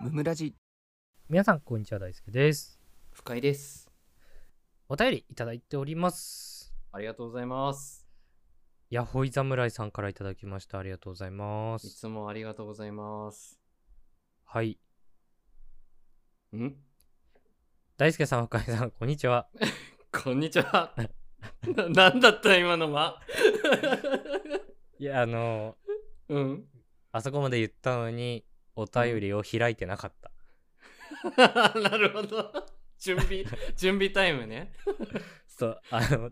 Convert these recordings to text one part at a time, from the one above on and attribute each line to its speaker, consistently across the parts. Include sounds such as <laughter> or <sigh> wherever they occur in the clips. Speaker 1: ムムラジ
Speaker 2: 皆さんこんにちは大輔です
Speaker 3: 深井です。
Speaker 2: お便りいただいております
Speaker 3: ありがとうございます。
Speaker 2: ヤホイ侍さんからいただきましたありがとうございま
Speaker 3: い
Speaker 2: す
Speaker 3: つもありがとうございます。
Speaker 2: はい
Speaker 3: ん
Speaker 2: 大輔さん深井さんこんにちは
Speaker 3: こんにち <laughs> は。ななんだった今の間。
Speaker 2: いやあの
Speaker 3: <laughs> うん。
Speaker 2: あそこまで言ったのにお便りを開いてなかった、
Speaker 3: <laughs> なるほど。準備、準備タイムね。
Speaker 2: そうあの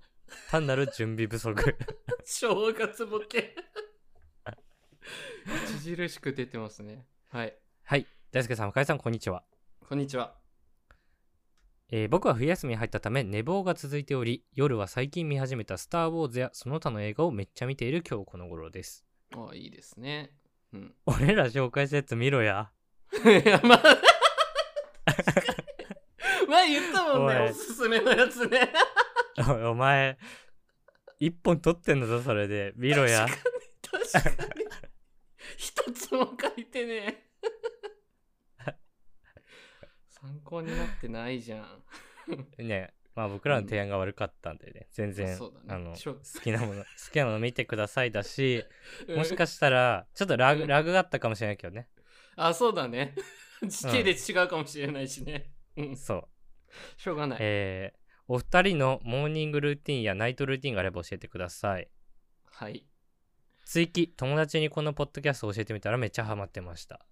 Speaker 2: 単なる準備不足
Speaker 3: 正月ボケ。 <laughs> 著しく出てますね。はい。
Speaker 2: はい大輔さん深井さんこんにちは
Speaker 3: こんにちは。
Speaker 2: えー僕は冬休みに入ったため寝坊が続いており夜は最近見始めた「スター・ウォーズ」やその他の映画をめっちゃ見ている今日この頃です
Speaker 3: あいいですね。うん。 <laughs>
Speaker 2: 俺ら紹介したやつ見ろや
Speaker 3: いや、まあ、 <laughs> 前言ったもんね、
Speaker 2: おい
Speaker 3: おすすめのやつね。
Speaker 2: お <laughs> いお前一本取ってんだぞそれで見ろや
Speaker 3: 確かに一つも書いてねえ参考になってないじゃん
Speaker 2: ねまあ僕らの提案が悪かったんでね、全然
Speaker 3: そうだね
Speaker 2: あの
Speaker 3: しょ
Speaker 2: 好きなも
Speaker 3: <laughs>
Speaker 2: の好きなもの見てくださいだしもしか
Speaker 3: し
Speaker 2: したらちょっとラグ
Speaker 3: うん
Speaker 2: ラグがあったかもしれないけどね
Speaker 3: あそうだね時系列違うかもしれないしね、うん、
Speaker 2: そう
Speaker 3: しょうがない、
Speaker 2: えーお二人のモーニングルーティンやナイトルーティンがあれば教えてください
Speaker 3: はい
Speaker 2: 追記友達にこのポッドキャストを教えてみたらめっちゃハマってました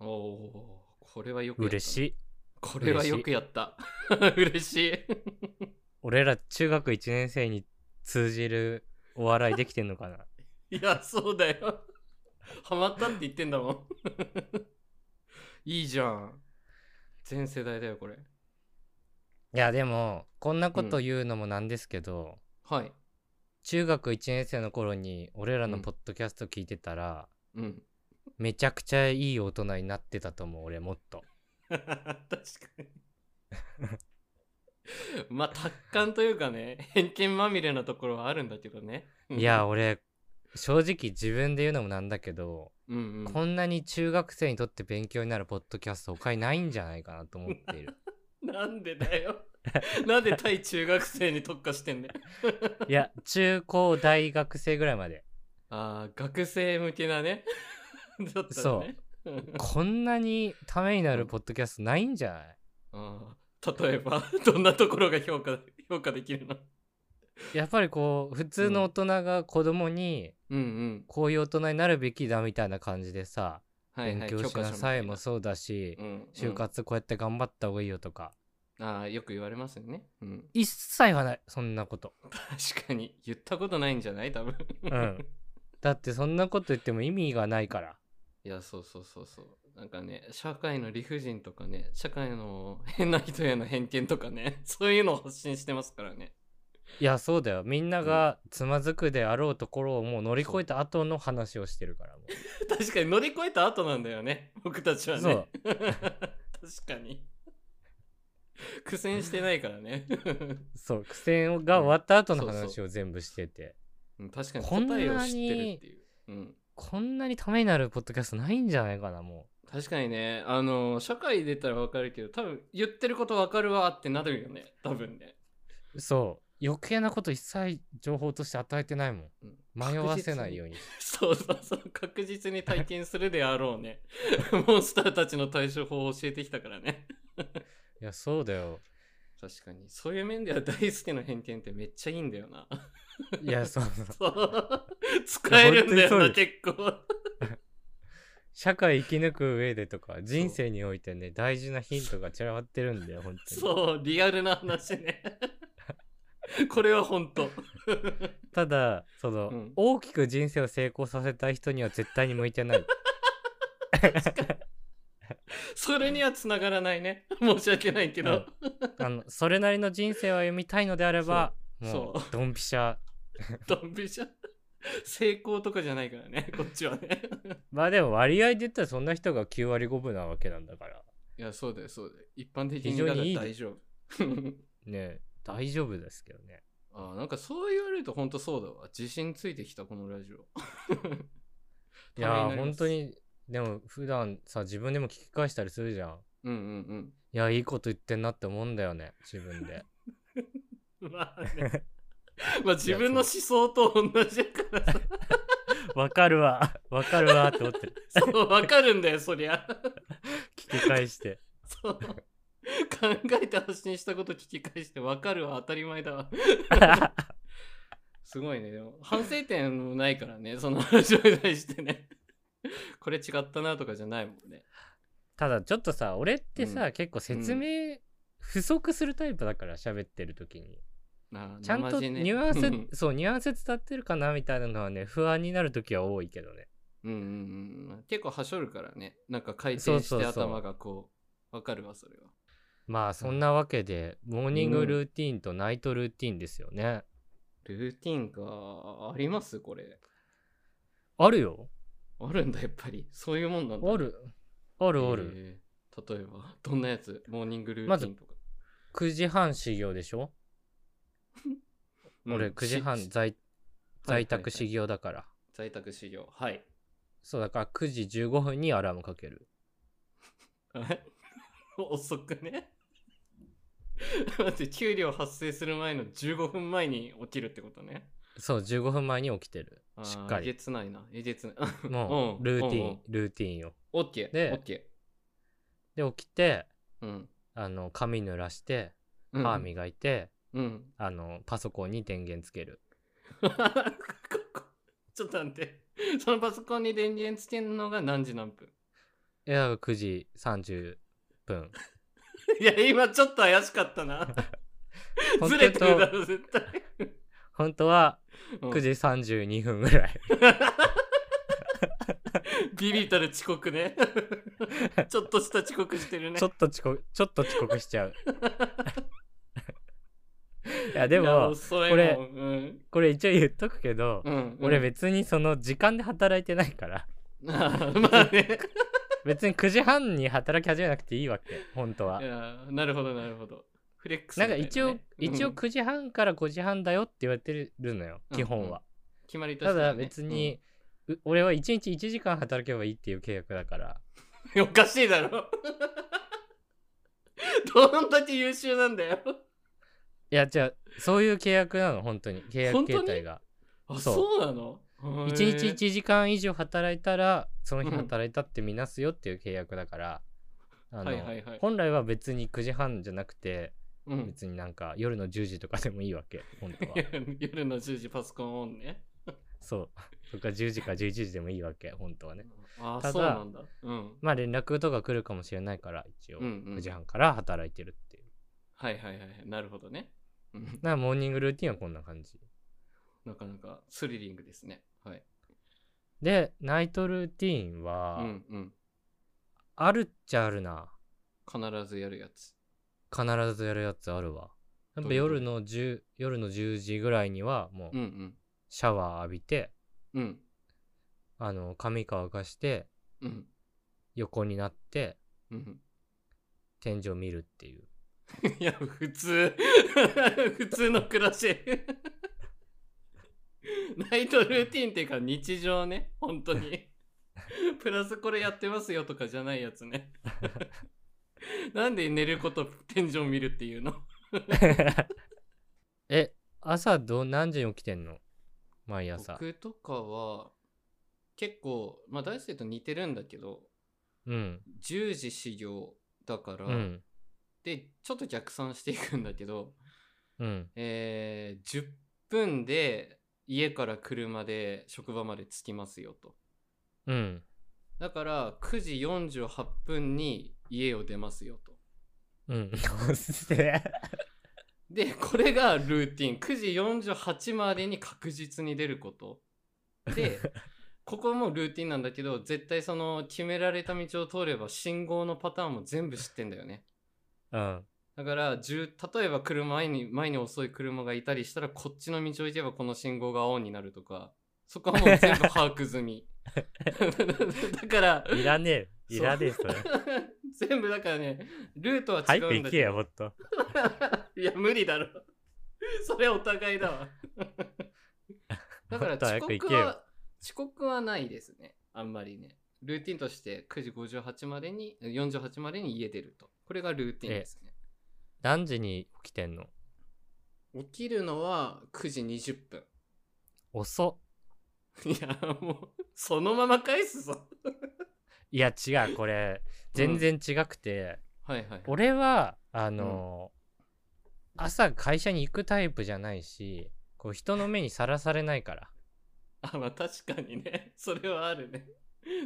Speaker 3: おおーこれはよくやったね
Speaker 2: 嬉しい
Speaker 3: これはよくやった嬉しい
Speaker 2: 俺ら中学1年生に通じるお笑いできてんのかな
Speaker 3: いやそうだよハマったって言ってんだもんいいじゃん全世代だよこれ
Speaker 2: いやでもこんなこと言うのもなんですけど、
Speaker 3: はい
Speaker 2: 中学1年生の頃に俺らの
Speaker 3: うん
Speaker 2: ポッドキャスト聞いてたら、
Speaker 3: うん
Speaker 2: めちゃくちゃいい大人になってたと思う俺もっと
Speaker 3: <laughs> 確かに <laughs> まあ達観というかね偏見まみれなところはあるんだけどね
Speaker 2: いや俺正直自分で言うのもなんだけど、
Speaker 3: うんうん
Speaker 2: こんなに中学生にとって勉強になるポッドキャスト他にないんじゃないかなと思っている
Speaker 3: <laughs> なんでだよ <laughs> なんで対中学生に特化してんねん
Speaker 2: いや中高大学生ぐらいまで
Speaker 3: あー学生向けなね <laughs> だったらねそう
Speaker 2: こんなにためになるポッドキャストないんじゃない
Speaker 3: あー例えば <laughs> どんなところが評価評価できるの
Speaker 2: やっぱりこう普通の大人が子供に
Speaker 3: うんうん
Speaker 2: こういう大人になるべきだみたいな感じでさ、
Speaker 3: はいは
Speaker 2: 勉
Speaker 3: い
Speaker 2: 強しなさいも
Speaker 3: う、
Speaker 2: そうだし、
Speaker 3: うんうん、
Speaker 2: 就活こうやって頑張った方がいいよとか、
Speaker 3: ああよく言われますよね、うん、
Speaker 2: 一切はないそんなこと
Speaker 3: 確かに言ったことないんじゃない多分
Speaker 2: んだってそんなこと言っても意味がないから
Speaker 3: いや、そうそうそうそう。なんかね、社会の理不尽とかね、社会の変な人への偏見とかね、 <laughs> そういうのを発信してますからね。 <laughs>
Speaker 2: いやそうだよみんながつまずくであろうところをもう乗り越えた後の話をしてるからもう
Speaker 3: 確かに乗り越えた後なんだよね、僕たちは
Speaker 2: そ
Speaker 3: ね
Speaker 2: う。
Speaker 3: <laughs> 確かに。 <laughs> 苦戦してないからね。 <laughs>
Speaker 2: そう苦戦が終わった後の
Speaker 3: うんそうそう
Speaker 2: 話を全部してて、
Speaker 3: うん確かに
Speaker 2: こんな
Speaker 3: 答
Speaker 2: に
Speaker 3: えを知ってるっていう。うん、
Speaker 2: こんなにためになるポッドキャストないんじゃないかなも
Speaker 3: 確かにね、あの、社会出たらわかるけど、多分言ってることわかるわってなるよね、多分ね。
Speaker 2: うそう余計なこと一切情報として与えてないもん
Speaker 3: うん
Speaker 2: 迷わせないように
Speaker 3: そうそうそう確実に体験するであろうね <laughs> モンスターたちの対処法を教えてきたからね
Speaker 2: いやそうだよ
Speaker 3: 確かにそういう面では大輔の偏見ってめっちゃいいんだよ <laughs> な
Speaker 2: <laughs>
Speaker 3: い
Speaker 2: やそうそう
Speaker 3: そう使えるんだよ
Speaker 2: いや
Speaker 3: な
Speaker 2: 本当
Speaker 3: 結構
Speaker 2: 社会生き抜く上でとか人生においてね大事なヒントが散らばってるんだよ本当に
Speaker 3: そうリアルな話ねこれは本当
Speaker 2: ただその、
Speaker 3: うん
Speaker 2: 大きく人生を成功させたい人には絶対に向いてない
Speaker 3: <laughs> それには繋がらないね申し訳ないけど、
Speaker 2: あのそれなりの人生を歩みたいのであれば
Speaker 3: そう
Speaker 2: もう
Speaker 3: そ
Speaker 2: ドンピシャ
Speaker 3: ドンピシャ成功とかじゃないからねこっちはね
Speaker 2: まあでも割合で言ったらそんな人が9割5分なわけなんだから
Speaker 3: いやそうだよそうだよ一般的
Speaker 2: 非
Speaker 3: に
Speaker 2: 常
Speaker 3: だから
Speaker 2: にいい
Speaker 3: 大丈夫
Speaker 2: ね大丈夫ですけどね
Speaker 3: あーなんかそう言われると
Speaker 2: <laughs>
Speaker 3: 本当そうだわ自信ついてきたこのラジオ <laughs>
Speaker 2: いや
Speaker 3: ためになります
Speaker 2: 本当にでも普段さ自分でも聞き返したりするじゃん
Speaker 3: うんうん
Speaker 2: いやいいこと言ってんなって思うんだよね自分で
Speaker 3: うん。まあね <laughs> まあ自分の思想と同じやからさ。
Speaker 2: わかるわわかるわって思ってる
Speaker 3: そう、わかるんだよ、そり
Speaker 2: <laughs>
Speaker 3: ゃ。
Speaker 2: 聞き返して
Speaker 3: そう。考えて発信したこと聞き返してわかるは当たり前だ
Speaker 2: <laughs>
Speaker 3: わ。すごいね。でも反省点もないからね、その話を対してね。これ違ったなとかじゃないもんね。
Speaker 2: ただちょっとさ俺ってさ、
Speaker 3: うん
Speaker 2: 結構説明不足するタイプだから喋ってる時に
Speaker 3: あー
Speaker 2: ちゃんと
Speaker 3: 生地ね
Speaker 2: ニュアンス、
Speaker 3: うん
Speaker 2: そうニュアンス伝ってるかなみたいなのはね不安になる時は多いけどね
Speaker 3: うんうんうん。結構はしょるからね。なんか回
Speaker 2: そ
Speaker 3: 転し
Speaker 2: う
Speaker 3: て
Speaker 2: そうそう
Speaker 3: 頭がこう。わかるわ、それは。
Speaker 2: まあそんなわけで、モーニングルーティンとナイトルーティンですよね、
Speaker 3: ルーティンか。ありますこれ。
Speaker 2: あるよ
Speaker 3: あるんだ、やっぱり。そういうもんなんだ、
Speaker 2: あるあるある、
Speaker 3: えー例えば、どんなやつモーニングル
Speaker 2: ま
Speaker 3: ー
Speaker 2: ず
Speaker 3: ティンとか。
Speaker 2: 9時半始業でしょ、
Speaker 3: うん
Speaker 2: 俺9時半
Speaker 3: し
Speaker 2: 在在宅
Speaker 3: はいはい
Speaker 2: 始業だから、
Speaker 3: 在宅始業。はい。 <laughs>
Speaker 2: そうだから9時15分にアラームかける
Speaker 3: え遅くね <laughs> 待って、給料発生する前の15分前に起きるってことね。
Speaker 2: そう15分前に起きてる
Speaker 3: あー
Speaker 2: しっか
Speaker 3: え
Speaker 2: り
Speaker 3: げつないな。えげつない。
Speaker 2: も
Speaker 3: う
Speaker 2: うんルーティ
Speaker 3: うんう
Speaker 2: ン
Speaker 3: ん
Speaker 2: ルーティンよ
Speaker 3: オッケー。
Speaker 2: で
Speaker 3: オッケ
Speaker 2: で起きて
Speaker 3: ー。うん。
Speaker 2: あの髪濡らして
Speaker 3: うん
Speaker 2: 歯磨いて、
Speaker 3: うん。
Speaker 2: あのパソコンに電源つける
Speaker 3: <laughs> ちょっと待って。そのパソコンに電源つけるのが何時何分 <laughs>
Speaker 2: いや9時30分
Speaker 3: いや、今ちょっと怪しかったな。
Speaker 2: 本
Speaker 3: <laughs> ずれてるだ
Speaker 2: 当と
Speaker 3: ろ、絶対。
Speaker 2: 本当は
Speaker 3: うん
Speaker 2: 9時32分ぐらい
Speaker 3: ビビたる遅刻ね。 <laughs> ちょっとした遅刻してるね。
Speaker 2: ちょっと遅
Speaker 3: <laughs>
Speaker 2: 刻ちょっと遅刻しちゃういやで
Speaker 3: いや
Speaker 2: も
Speaker 3: それ
Speaker 2: これ
Speaker 3: もううん
Speaker 2: これ一応言っとくけど、
Speaker 3: うん、
Speaker 2: 俺
Speaker 3: め
Speaker 2: 別にその時間で働いてないから
Speaker 3: まあね。。
Speaker 2: 別に9時半に働き始めなくていいわけ本当はい
Speaker 3: やなるほど、なるほど。フレックス
Speaker 2: な
Speaker 3: み
Speaker 2: ん
Speaker 3: た
Speaker 2: か一
Speaker 3: いね、
Speaker 2: 応、一応
Speaker 3: うん
Speaker 2: 9時半から5時半だよって言われてるのよ、
Speaker 3: うん
Speaker 2: 基本は。
Speaker 3: 決まりとして
Speaker 2: た
Speaker 3: はね
Speaker 2: だ別に、う俺は1日1時間働けばいいっていう契約だから。
Speaker 3: うんおかしいだろ。 <laughs> どんだけ優秀なんだよ。
Speaker 2: いや、じゃあ、そういう契約なの、本当に。契約
Speaker 3: 本当に
Speaker 2: 形態が。
Speaker 3: あ、
Speaker 2: そう
Speaker 3: そうなの
Speaker 2: 1日1時間以上働いたら、その日働いたってみなすよっていう契約だから、あの
Speaker 3: はいはいはい
Speaker 2: 本来は別に9時半じゃなくて、
Speaker 3: うん、
Speaker 2: 別になんか夜の10時とかでもいいわけ、本当は。
Speaker 3: <laughs> 夜の10時パソコンオンね。
Speaker 2: そう。とか10時か11時でもいいわけ、本当はね。
Speaker 3: あ
Speaker 2: ただ
Speaker 3: そうなんだ。うん。
Speaker 2: まあ連絡とか来るかもしれないから、一応、
Speaker 3: うんうん
Speaker 2: 9時半から働いてるっていう。
Speaker 3: はいはいはいはい。なるほどね。うん <laughs>
Speaker 2: なモーニングルーティンはこんな感じ。
Speaker 3: なかなかスリリングですね。はい。
Speaker 2: で、ナイトルーティンは
Speaker 3: う、んうん。
Speaker 2: あるっちゃあるな。
Speaker 3: 必ずやるやつ。
Speaker 2: 必ずやるやつあるわ。やっ
Speaker 3: ど
Speaker 2: ぱ
Speaker 3: ういうこと
Speaker 2: 夜の10、夜の10時ぐらいには、も
Speaker 3: う
Speaker 2: うんシャワー浴びて、
Speaker 3: うん。うん。
Speaker 2: あの、髪乾かして、
Speaker 3: うん。
Speaker 2: 横になって、
Speaker 3: うん。
Speaker 2: 天井見るっていう。
Speaker 3: いや、普通。 <laughs> 普通の暮らし。ナイトルーティンっていうか日常ね。本当に。プラスこれやってますよとかじゃないやつね。なんで寝ること天井見るっていうの
Speaker 2: え、朝ど、何時に起きてんの毎朝。
Speaker 3: 僕とかは結構、まあ大生と似てるんだけど、
Speaker 2: うん。
Speaker 3: 10時始業だから、
Speaker 2: うん。
Speaker 3: でちょっと逆算していくんだけど、
Speaker 2: うん。
Speaker 3: えー10分で家から車で職場まで着きますよと
Speaker 2: うん。
Speaker 3: だから9時48分に家を出ますよと
Speaker 2: うん。 <laughs> どうして <laughs>
Speaker 3: でこれがルーティン9時48までに確実に出ることでここもルーティンなんだけど絶対その決められた道を通れば信号のパターンも全部知ってんだよね
Speaker 2: うん。
Speaker 3: だから、じゅ例えば車前に、前に遅い車がいたりしたら、こっちの道を行けばこの信号が青になるとか、そこはもう全部把握
Speaker 2: <laughs>
Speaker 3: 済み。だから、 <laughs>
Speaker 2: いらねえ。
Speaker 3: そう
Speaker 2: いらね <laughs> え、それ。
Speaker 3: 全部だからね、ルートは
Speaker 2: 入
Speaker 3: 違
Speaker 2: っ
Speaker 3: う
Speaker 2: て
Speaker 3: ん
Speaker 2: い
Speaker 3: だ
Speaker 2: けよ、
Speaker 3: け
Speaker 2: もっと。
Speaker 3: <laughs> ど。いや、無理だろ。それはお互い
Speaker 2: <laughs>
Speaker 3: だわ。だから
Speaker 2: もっと
Speaker 3: 遅
Speaker 2: 早く行
Speaker 3: 刻
Speaker 2: けよ
Speaker 3: は、遅刻はないですね。あんまりね。ルーティンとして9時58までに48までに家出るとこれがルーティンですね、
Speaker 2: 何時に起きてんの
Speaker 3: 起きるのは9時20分
Speaker 2: 遅っ
Speaker 3: いやもうそのまま返すぞ
Speaker 2: いや違うこれ全然違くて、
Speaker 3: はいはい
Speaker 2: 俺はあの、朝会社に行くタイプじゃないしこう人の目にさらされないから
Speaker 3: あまあ確かにねそれはあるね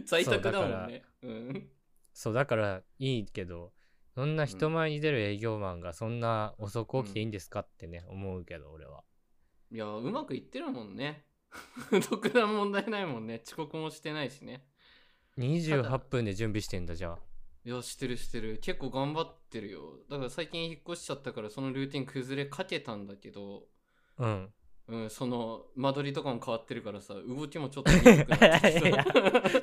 Speaker 3: 在宅だもんねうん
Speaker 2: そうだからいいけどそんな人前に出る営業マンがそんな遅く起きていいんですかってね、思うけど俺はい
Speaker 3: やうまくいってるもんね <laughs> 特段問題ないもんね遅刻もしてないしね
Speaker 2: 28分で準備してんだじゃあ
Speaker 3: いやしてるしてる結構頑張ってるよだから最近引っ越しちゃったからそのルーティン崩れかけたんだけど
Speaker 2: うん
Speaker 3: うん、その間取りとかも変わってるからさ動きもちょっと鈍くなってき
Speaker 2: いや
Speaker 3: た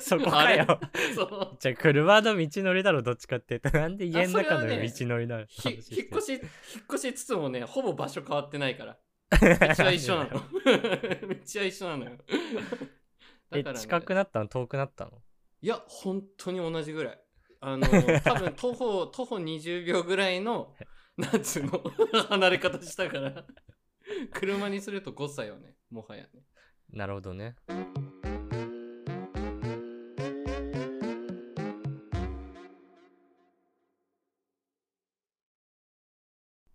Speaker 2: <laughs> そこかよ
Speaker 3: <laughs> あれそう
Speaker 2: じゃあ車の道のりだろどっちかって言ったらなんで家の中
Speaker 3: あそ
Speaker 2: の
Speaker 3: れはね
Speaker 2: 道のりなの
Speaker 3: ひ
Speaker 2: 話して
Speaker 3: 引っ越し引っ越しつつもねほぼ場所変わってないから道
Speaker 2: <laughs>
Speaker 3: は一緒な <laughs> の道は一緒なのよだ
Speaker 2: え
Speaker 3: から、ね、
Speaker 2: 近くなったの遠くなったの
Speaker 3: いや本当に同じぐらい
Speaker 2: <laughs>
Speaker 3: あの多分徒歩徒歩20秒ぐらいのなんつうの <laughs> 離れ方したから車にすると5歳よねもはやね
Speaker 2: なるほどね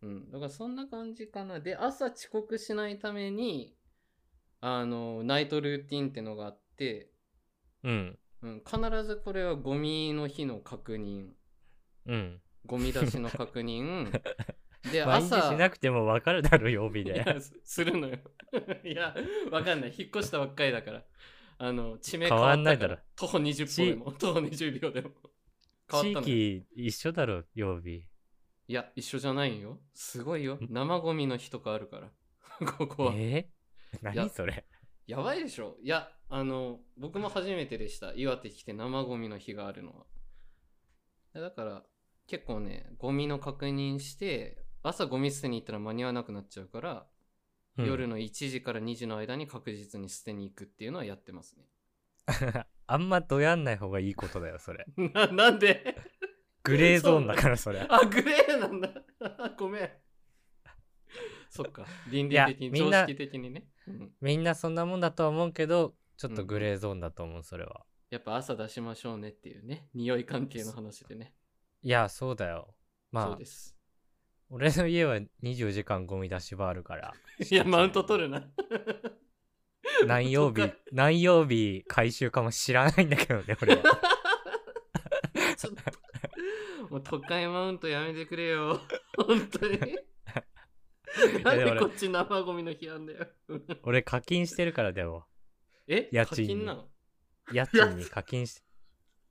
Speaker 3: うん、だからそんな感じかな。で、朝遅刻しないために、あの、ナイトルーティンってのがあって、
Speaker 2: うん
Speaker 3: うん、必ずこれはゴミの日の確認、
Speaker 2: うん
Speaker 3: ゴミ出しの確
Speaker 2: <laughs>
Speaker 3: 認、で、
Speaker 2: 毎日
Speaker 3: 朝、
Speaker 2: しなくても分かるだろ曜日
Speaker 3: い
Speaker 2: で
Speaker 3: やすするのよ。 <laughs> いや、わかんない。引っ越したばっかりだから。あの、地名
Speaker 2: 変わんないだ
Speaker 3: 変
Speaker 2: ろ
Speaker 3: わったから。徒歩20分でも、徒歩20秒でも。 <laughs> 変
Speaker 2: 地
Speaker 3: わったのよ
Speaker 2: 域一緒だろ曜日
Speaker 3: いや、一緒じゃないよ。すごいよ。生ゴミの日とかあるから。 <laughs> ここは。
Speaker 2: えー
Speaker 3: いや
Speaker 2: 何それ
Speaker 3: やばいでしょいや、あの、僕も初めてでした。岩手来て生ゴミの日があるのは。だから、結構ね、ゴミの確認して、朝ゴミ捨てに行ったら間に合わなくなっちゃうから、
Speaker 2: うん
Speaker 3: 夜の1時から2時の間に確実に捨てに行くっていうのはやってます
Speaker 2: <laughs> あんまどやんない方がいいことだよそ
Speaker 3: <laughs>
Speaker 2: れ
Speaker 3: ね。な、なんで <laughs>
Speaker 2: グレーゾーンだからそ <laughs> れ
Speaker 3: あ、グレーなんだ。 <laughs> ごめん。そっか。倫理的に、
Speaker 2: みん
Speaker 3: 常
Speaker 2: な
Speaker 3: 識的にね。うん
Speaker 2: みんなそんなもんだとは思うけどちょっとグレーゾーンだと思うそれは
Speaker 3: やっぱ朝出しましょうねっていうね。匂い関係の話でね。
Speaker 2: いやそうだよ
Speaker 3: そ
Speaker 2: ま
Speaker 3: う
Speaker 2: あ
Speaker 3: です。
Speaker 2: 俺の家は24時間ゴミ出し場ある <laughs> から
Speaker 3: いや、マウント取るな。 <laughs>
Speaker 2: 何曜 <laughs>
Speaker 3: 都
Speaker 2: 日
Speaker 3: 会
Speaker 2: 何曜日回収かも知らないんだけどね俺は
Speaker 3: ちょっともう都会マウントやめてくれよ。 <laughs> 本
Speaker 2: <laughs>
Speaker 3: 当に。なんでこっち生ゴミの日あんだよ。 <laughs>
Speaker 2: 俺課金してるからでも
Speaker 3: え
Speaker 2: 家
Speaker 3: 家
Speaker 2: 賃
Speaker 3: 賃なの
Speaker 2: 家賃 <laughs> に課金し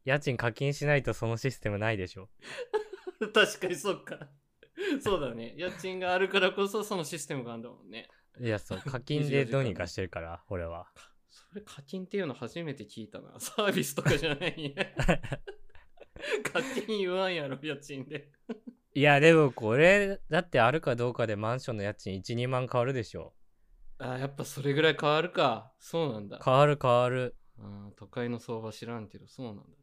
Speaker 2: 家賃課金しないとそのシステムないでしょ
Speaker 3: <laughs> 確かにそっか。そうだね。家賃があるからこそそのシステムがあるんだもんね。
Speaker 2: いやそう <laughs> 課金でどうにかしてるから俺は
Speaker 3: それ課金っていうの初めて聞いたな。サービスとかじ
Speaker 2: <laughs>
Speaker 3: ゃないね。課金言わんやろ、家賃で。
Speaker 2: いやでもこれだってあるかどうかでマンションの家賃12万変わるでしょ
Speaker 3: あー、やっぱそれぐらい変わるか。そうなんだ。
Speaker 2: 変わる変わる
Speaker 3: あー都会の相場知らんけど、そうなんだね。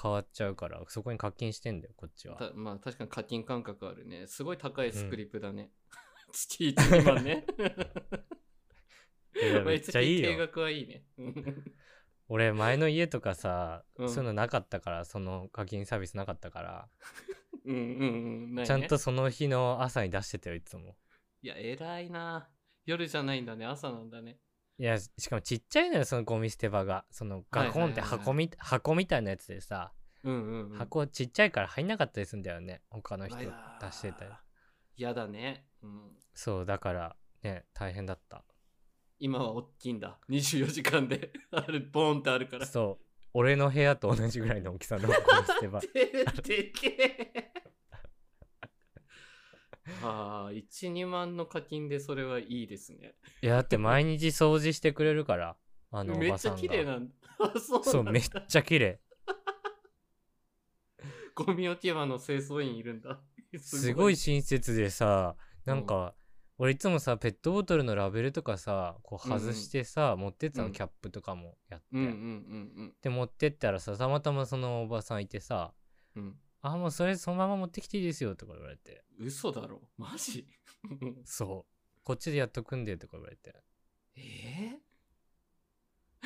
Speaker 2: 変わっちゃうからそこに課金してんだよこっちは <laughs>
Speaker 3: たまあ確かに課金感覚あるね。すごい高いスクリプだね。 <laughs> 月1万ね。
Speaker 2: いやめっちゃいい
Speaker 3: 定
Speaker 2: よ
Speaker 3: 額はいいね。うん
Speaker 2: 俺前の家とかさ、
Speaker 3: うん
Speaker 2: そういうのなかったからその課金サービスなかったから、
Speaker 3: うんうん。ないね
Speaker 2: ちゃんと。その日の朝に出してたよいつも
Speaker 3: いや、偉いな。夜じゃないんだね。朝なんだね。
Speaker 2: いやしかもちっちゃいのよそのゴミ捨て場がそのガコンって
Speaker 3: はいはいはいはい
Speaker 2: 箱み,、箱みたいなやつでさ
Speaker 3: うんうん、うん。
Speaker 2: 箱ちっちゃいから入んなかったりするんだよね他の人
Speaker 3: あ
Speaker 2: 出
Speaker 3: らー
Speaker 2: してたり
Speaker 3: やだね。うん。
Speaker 2: そうだからね大変だった
Speaker 3: 今は大きいんだ。24時間で。あれ、ボーンってあるから。
Speaker 2: そう俺の部屋と同じぐらいの大きさのゴミ捨て
Speaker 3: <laughs>
Speaker 2: 場
Speaker 3: ででけえ。ああ、1、2万の課金でそれはいいですね。
Speaker 2: いやだって毎日掃除してくれるからあのお
Speaker 3: めっ
Speaker 2: ば
Speaker 3: ち
Speaker 2: さん
Speaker 3: ゃ
Speaker 2: が
Speaker 3: 綺麗なんだ。あそうなんだ
Speaker 2: そうめっちゃ綺麗
Speaker 3: ゴミ置き場の清掃員いるんだ。
Speaker 2: すごい親切でさなんか、俺いつもさペットボトルのラベルとかさこう
Speaker 3: うんうん
Speaker 2: 外してさ、持ってった
Speaker 3: う
Speaker 2: の
Speaker 3: ん
Speaker 2: キャップとかもやって、
Speaker 3: うんうん
Speaker 2: で持ってったらさたまたまそのおばさんいてさ
Speaker 3: うんうん。
Speaker 2: 「あもうそれそのまま持ってきていいですよ」とか言われて
Speaker 3: 嘘だろマジ
Speaker 2: 「そうこっちでやっとくんで」とか言われて
Speaker 3: え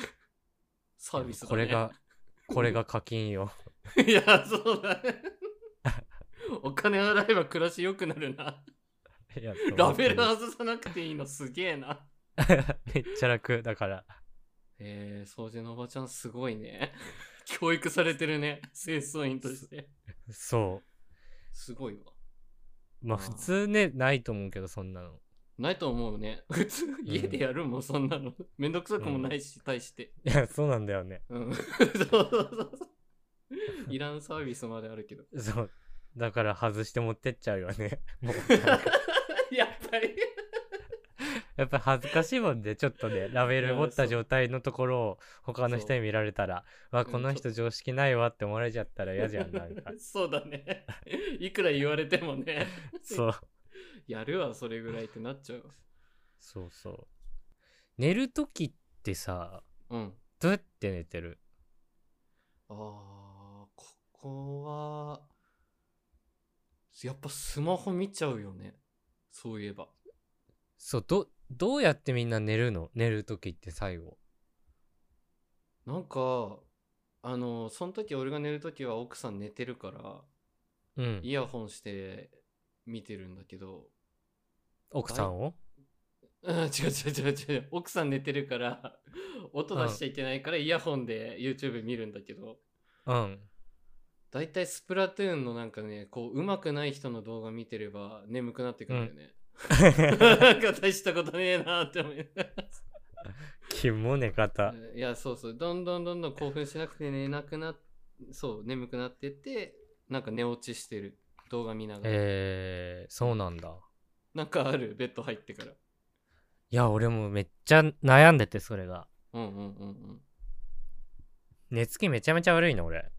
Speaker 3: ー、サービスだ、ね、
Speaker 2: これ
Speaker 3: <laughs>
Speaker 2: がこれが課金よ <laughs>
Speaker 3: いやそうだねお金払えば暮らし良くなる <laughs> ない
Speaker 2: や
Speaker 3: ラベル
Speaker 2: 本
Speaker 3: 外さなくていいのすげえな
Speaker 2: 当に <laughs> めっちゃ楽だから
Speaker 3: えー、掃除のおばちゃんすごいね <laughs> 教育されてるね清掃員として
Speaker 2: そ
Speaker 3: すごいわ
Speaker 2: うまあ
Speaker 3: あー
Speaker 2: 普通ねないと思うけどそんなの
Speaker 3: ないと思うね <laughs> 普通家でやるもん、そんなのめんどくさくもないし、対して
Speaker 2: いやそうなんだよね
Speaker 3: うん <laughs> そうそうそうそういらんサービスまであるけど
Speaker 2: そうだから外して持ってっちゃうよねもう
Speaker 3: <laughs> やっぱり <laughs>
Speaker 2: やっぱ恥ずかしいもんでちょっと
Speaker 3: <laughs>
Speaker 2: ねラベル持った状態のところを他の人に見られたら「わ
Speaker 3: うん
Speaker 2: この人常識ないわ」って思われちゃったら嫌じゃんなんか
Speaker 3: そうだねいくら言われてもね
Speaker 2: <laughs> そう
Speaker 3: <laughs> やるわそれぐらいってなっちゃうわ
Speaker 2: そうそう寝る時ってさ
Speaker 3: うん
Speaker 2: どうやって寝てる
Speaker 3: あーここはやっぱスマホ見ちゃうよねそういえば
Speaker 2: そうどどうやってみんな寝るの寝る時って最後
Speaker 3: なんかあのその時俺が寝る時は奥さん寝てるから
Speaker 2: うん
Speaker 3: イヤホンして見てるんだけど <laughs>
Speaker 2: 奥さんを
Speaker 3: うん違う違う違う違う奥さん寝てるから <laughs> 音出しちゃいけないからイヤホンで YouTube 見るんだけど
Speaker 2: うん <laughs>
Speaker 3: だいたいスプラトゥーンのなんかねこう上手くない人の動画見てれば眠くなってくるんだよね、なんか大したことねえなって思いながら
Speaker 2: キモ寝方
Speaker 3: いやそうそうどんどんどんどん興奮しなくて寝なくなっそう眠くなってってなんか寝落ちしてる動画見ながら、
Speaker 2: えー、そうなんだ
Speaker 3: なんかあるベッド入ってから
Speaker 2: いや俺もめっちゃ悩んでてそれが
Speaker 3: うんうんうんうん
Speaker 2: 寝つきめちゃめちゃ悪いの俺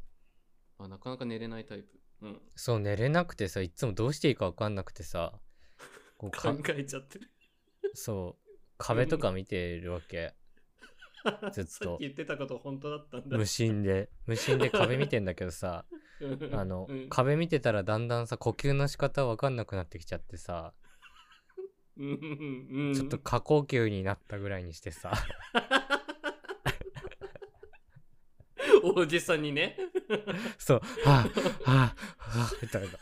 Speaker 3: あなかなか寝れないタイプ、うん、
Speaker 2: そう寝れなくてさいつもどうしていいか分かんなくてさこう
Speaker 3: 考
Speaker 2: か
Speaker 3: えち
Speaker 2: <laughs>
Speaker 3: ゃってる
Speaker 2: そう壁とか見てるわけずっと
Speaker 3: さっき言ってたこと本当だったんだ
Speaker 2: 無心で無心で壁見てんだけどさ
Speaker 3: <laughs> うん
Speaker 2: あの、
Speaker 3: うん
Speaker 2: 壁見てたらだんだんさ呼吸の仕方分かんなくなってきちゃってさ
Speaker 3: うんうんうん
Speaker 2: ちょっと過呼吸になったぐらいにして
Speaker 3: <laughs>
Speaker 2: さ
Speaker 3: おじさんにね
Speaker 2: そう「はあはあはあ」みたいな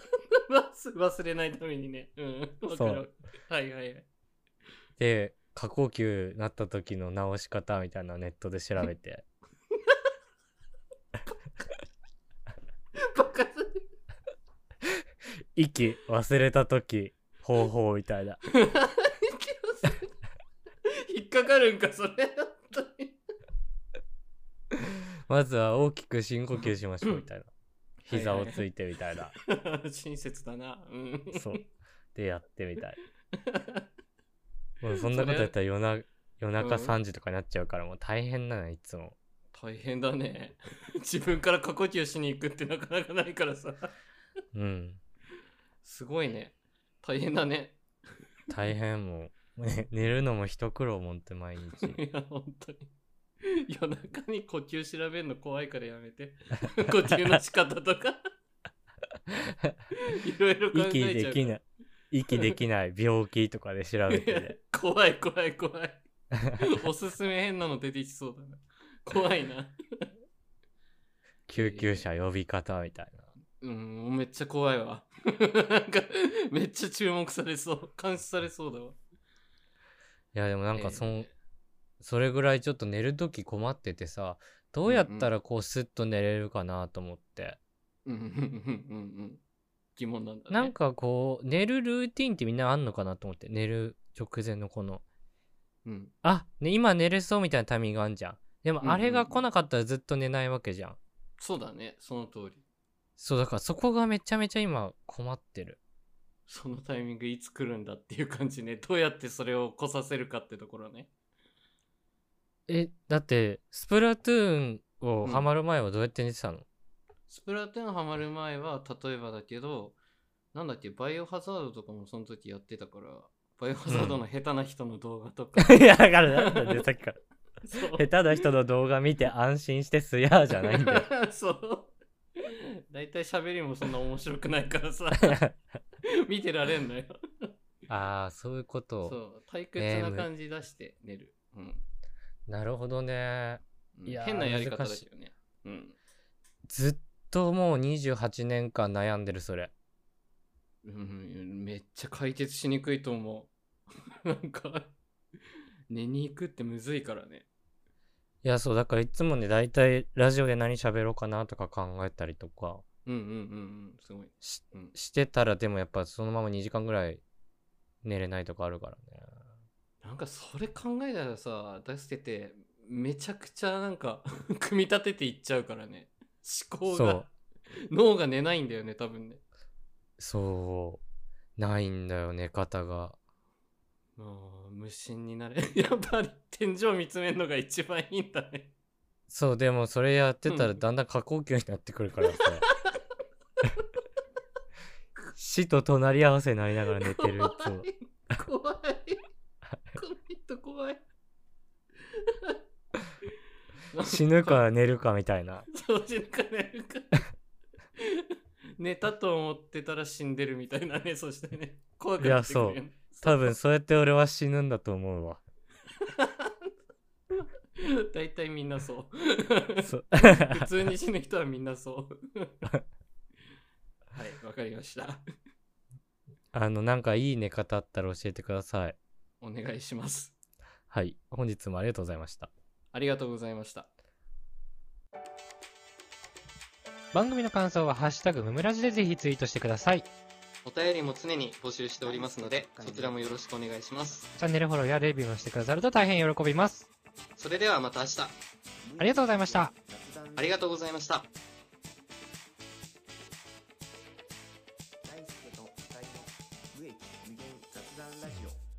Speaker 3: 忘忘れないためにねうんわかるわはいはいはい
Speaker 2: で過呼吸なった時の直し方みたいなのネットで調べ
Speaker 3: <laughs>
Speaker 2: て
Speaker 3: バカす <laughs> る
Speaker 2: 息忘れた時方法みたいな
Speaker 3: 引っかかるんかそれ本当に
Speaker 2: まずは大きく深呼吸しましょうみたいな膝をついてみたい
Speaker 3: <laughs>
Speaker 2: な
Speaker 3: 親切だなうん <laughs>
Speaker 2: そうでやってみたいもうそんなことやったら夜な夜中
Speaker 3: うん
Speaker 2: 3時とかになっちゃうからもう大変なのいつも
Speaker 3: 大変だね <laughs> 自分から過呼吸しに行くってなかなかないからさ
Speaker 2: うん
Speaker 3: すごいね大変だね
Speaker 2: 大変もう <laughs> ね寝るのも一苦労もんって
Speaker 3: <laughs>
Speaker 2: 毎日
Speaker 3: いや本当に夜中に呼吸調べるの怖いからやめて <laughs> 呼吸の仕方とか <laughs> いろいろ考え
Speaker 2: 息
Speaker 3: ちゃ
Speaker 2: で
Speaker 3: う
Speaker 2: きない息でき
Speaker 3: <laughs>
Speaker 2: ない病気とかで調べて、ね、
Speaker 3: 怖い怖い怖いおすすめ変なの出てきそうだな怖いな
Speaker 2: 救急車呼び方みたいな
Speaker 3: うん、めっちゃ怖いわ。なんか、めっちゃ注目されそう。監視されそうだわ。
Speaker 2: いやでもなんかそ,、
Speaker 3: えー
Speaker 2: それぐらいちょっと寝る時困っててさどうやったらこうスッと寝れるかなと思って、
Speaker 3: うん、うん、うん、うん。疑問なんだ、ね。
Speaker 2: なん、かこう寝るルーティンってみんなあんのかなと思って寝る直前のこの
Speaker 3: うん。
Speaker 2: あ、ね、今寝れそうみたいなタイミングあんじゃんで
Speaker 3: うんうん
Speaker 2: も
Speaker 3: うん
Speaker 2: あれが来なかったらずっと寝ないわけじゃん、
Speaker 3: そうだね、その通り。
Speaker 2: そうだからそこがめちゃめちゃ今困ってる
Speaker 3: そのタイミングいつ来るんだっていう感じね。どうやってそれを来させるかってところね。
Speaker 2: えだってスプラトゥーンを
Speaker 3: うん
Speaker 2: ハマる前はどうやって寝てたの、
Speaker 3: スプラトゥーンハマる前は、例えばだけど、なんだっけ、バイオハザードとかもその時やってたから、バイオハザードの下手な人の動画と
Speaker 2: <laughs> <laughs>
Speaker 3: か、
Speaker 2: いや、だからなんだよ、さっきから。 <laughs>
Speaker 3: そう
Speaker 2: 下手な人の動画見て安心してすやじゃないんだよ。
Speaker 3: <laughs> そう大体喋りもそんな面白くないか
Speaker 2: <laughs>
Speaker 3: らさ見てられんのよ
Speaker 2: <laughs> ああ、そういうこと。
Speaker 3: そう退屈な感じ出して寝る、うん
Speaker 2: なるほどね。
Speaker 3: うん
Speaker 2: いやー
Speaker 3: 変なやり方だけどねうん
Speaker 2: ずっともう28年間悩んでる、それ。
Speaker 3: うん、めっちゃ解決しにくいと思う <laughs> なんか寝に行くってむずいからね
Speaker 2: いや、そう、だからいつもね、大体ラジオで何喋ろうかなとか考えたりとか
Speaker 3: うんうんうんうんすごい、
Speaker 2: し
Speaker 3: うん、
Speaker 2: してたら、でもやっぱそのまま2時間ぐらい寝れないとかあるからね。
Speaker 3: なんかそれ考えたらさ出しててめちゃくちゃなんか <laughs> 組み立てていっちゃうからね思考
Speaker 2: そ
Speaker 3: が
Speaker 2: う
Speaker 3: 脳が寝ないんだよね多分ね
Speaker 2: そう。ないんだよ、寝方が。
Speaker 3: もう無心になれ <laughs> やっぱり天井見つめるのが一番いいんだね
Speaker 2: そう、でもそれやってた
Speaker 3: う
Speaker 2: ら
Speaker 3: ん
Speaker 2: だんだん過呼吸になってくる
Speaker 3: <laughs>
Speaker 2: からさ。死と隣り合わせになりながら寝てる。いつ
Speaker 3: 怖
Speaker 2: も
Speaker 3: い怖いこの人怖いなん
Speaker 2: 死ぬか寝るかみたいな。
Speaker 3: そう死ぬか寝るか寝たと思ってたら死んでるみたいなねそしてね怖くなってくるよね
Speaker 2: いや多分そうやって俺は死ぬんだと思うわ。
Speaker 3: 大体みんなそ
Speaker 2: <laughs>
Speaker 3: う
Speaker 2: そう
Speaker 3: 普通に死ぬ人はみんなそうはいわかりました
Speaker 2: あの、なんかいい寝方あったら教えてください。
Speaker 3: お願いします
Speaker 2: はい。本日もありがとうございました。
Speaker 3: ありがとうございました
Speaker 2: 番組の感想はハッシュタグムムラジでぜひツイートしてください。チ
Speaker 3: お便りも常に募集しておりますのでそちらもよろしくお願いします
Speaker 2: ャンネルフォローやレビューもしてくださると大変喜びます。
Speaker 3: それではまた明日
Speaker 2: ありがとうございました。
Speaker 3: ありがとうございました
Speaker 1: 大輔と二人の無益無限雑談ラジオ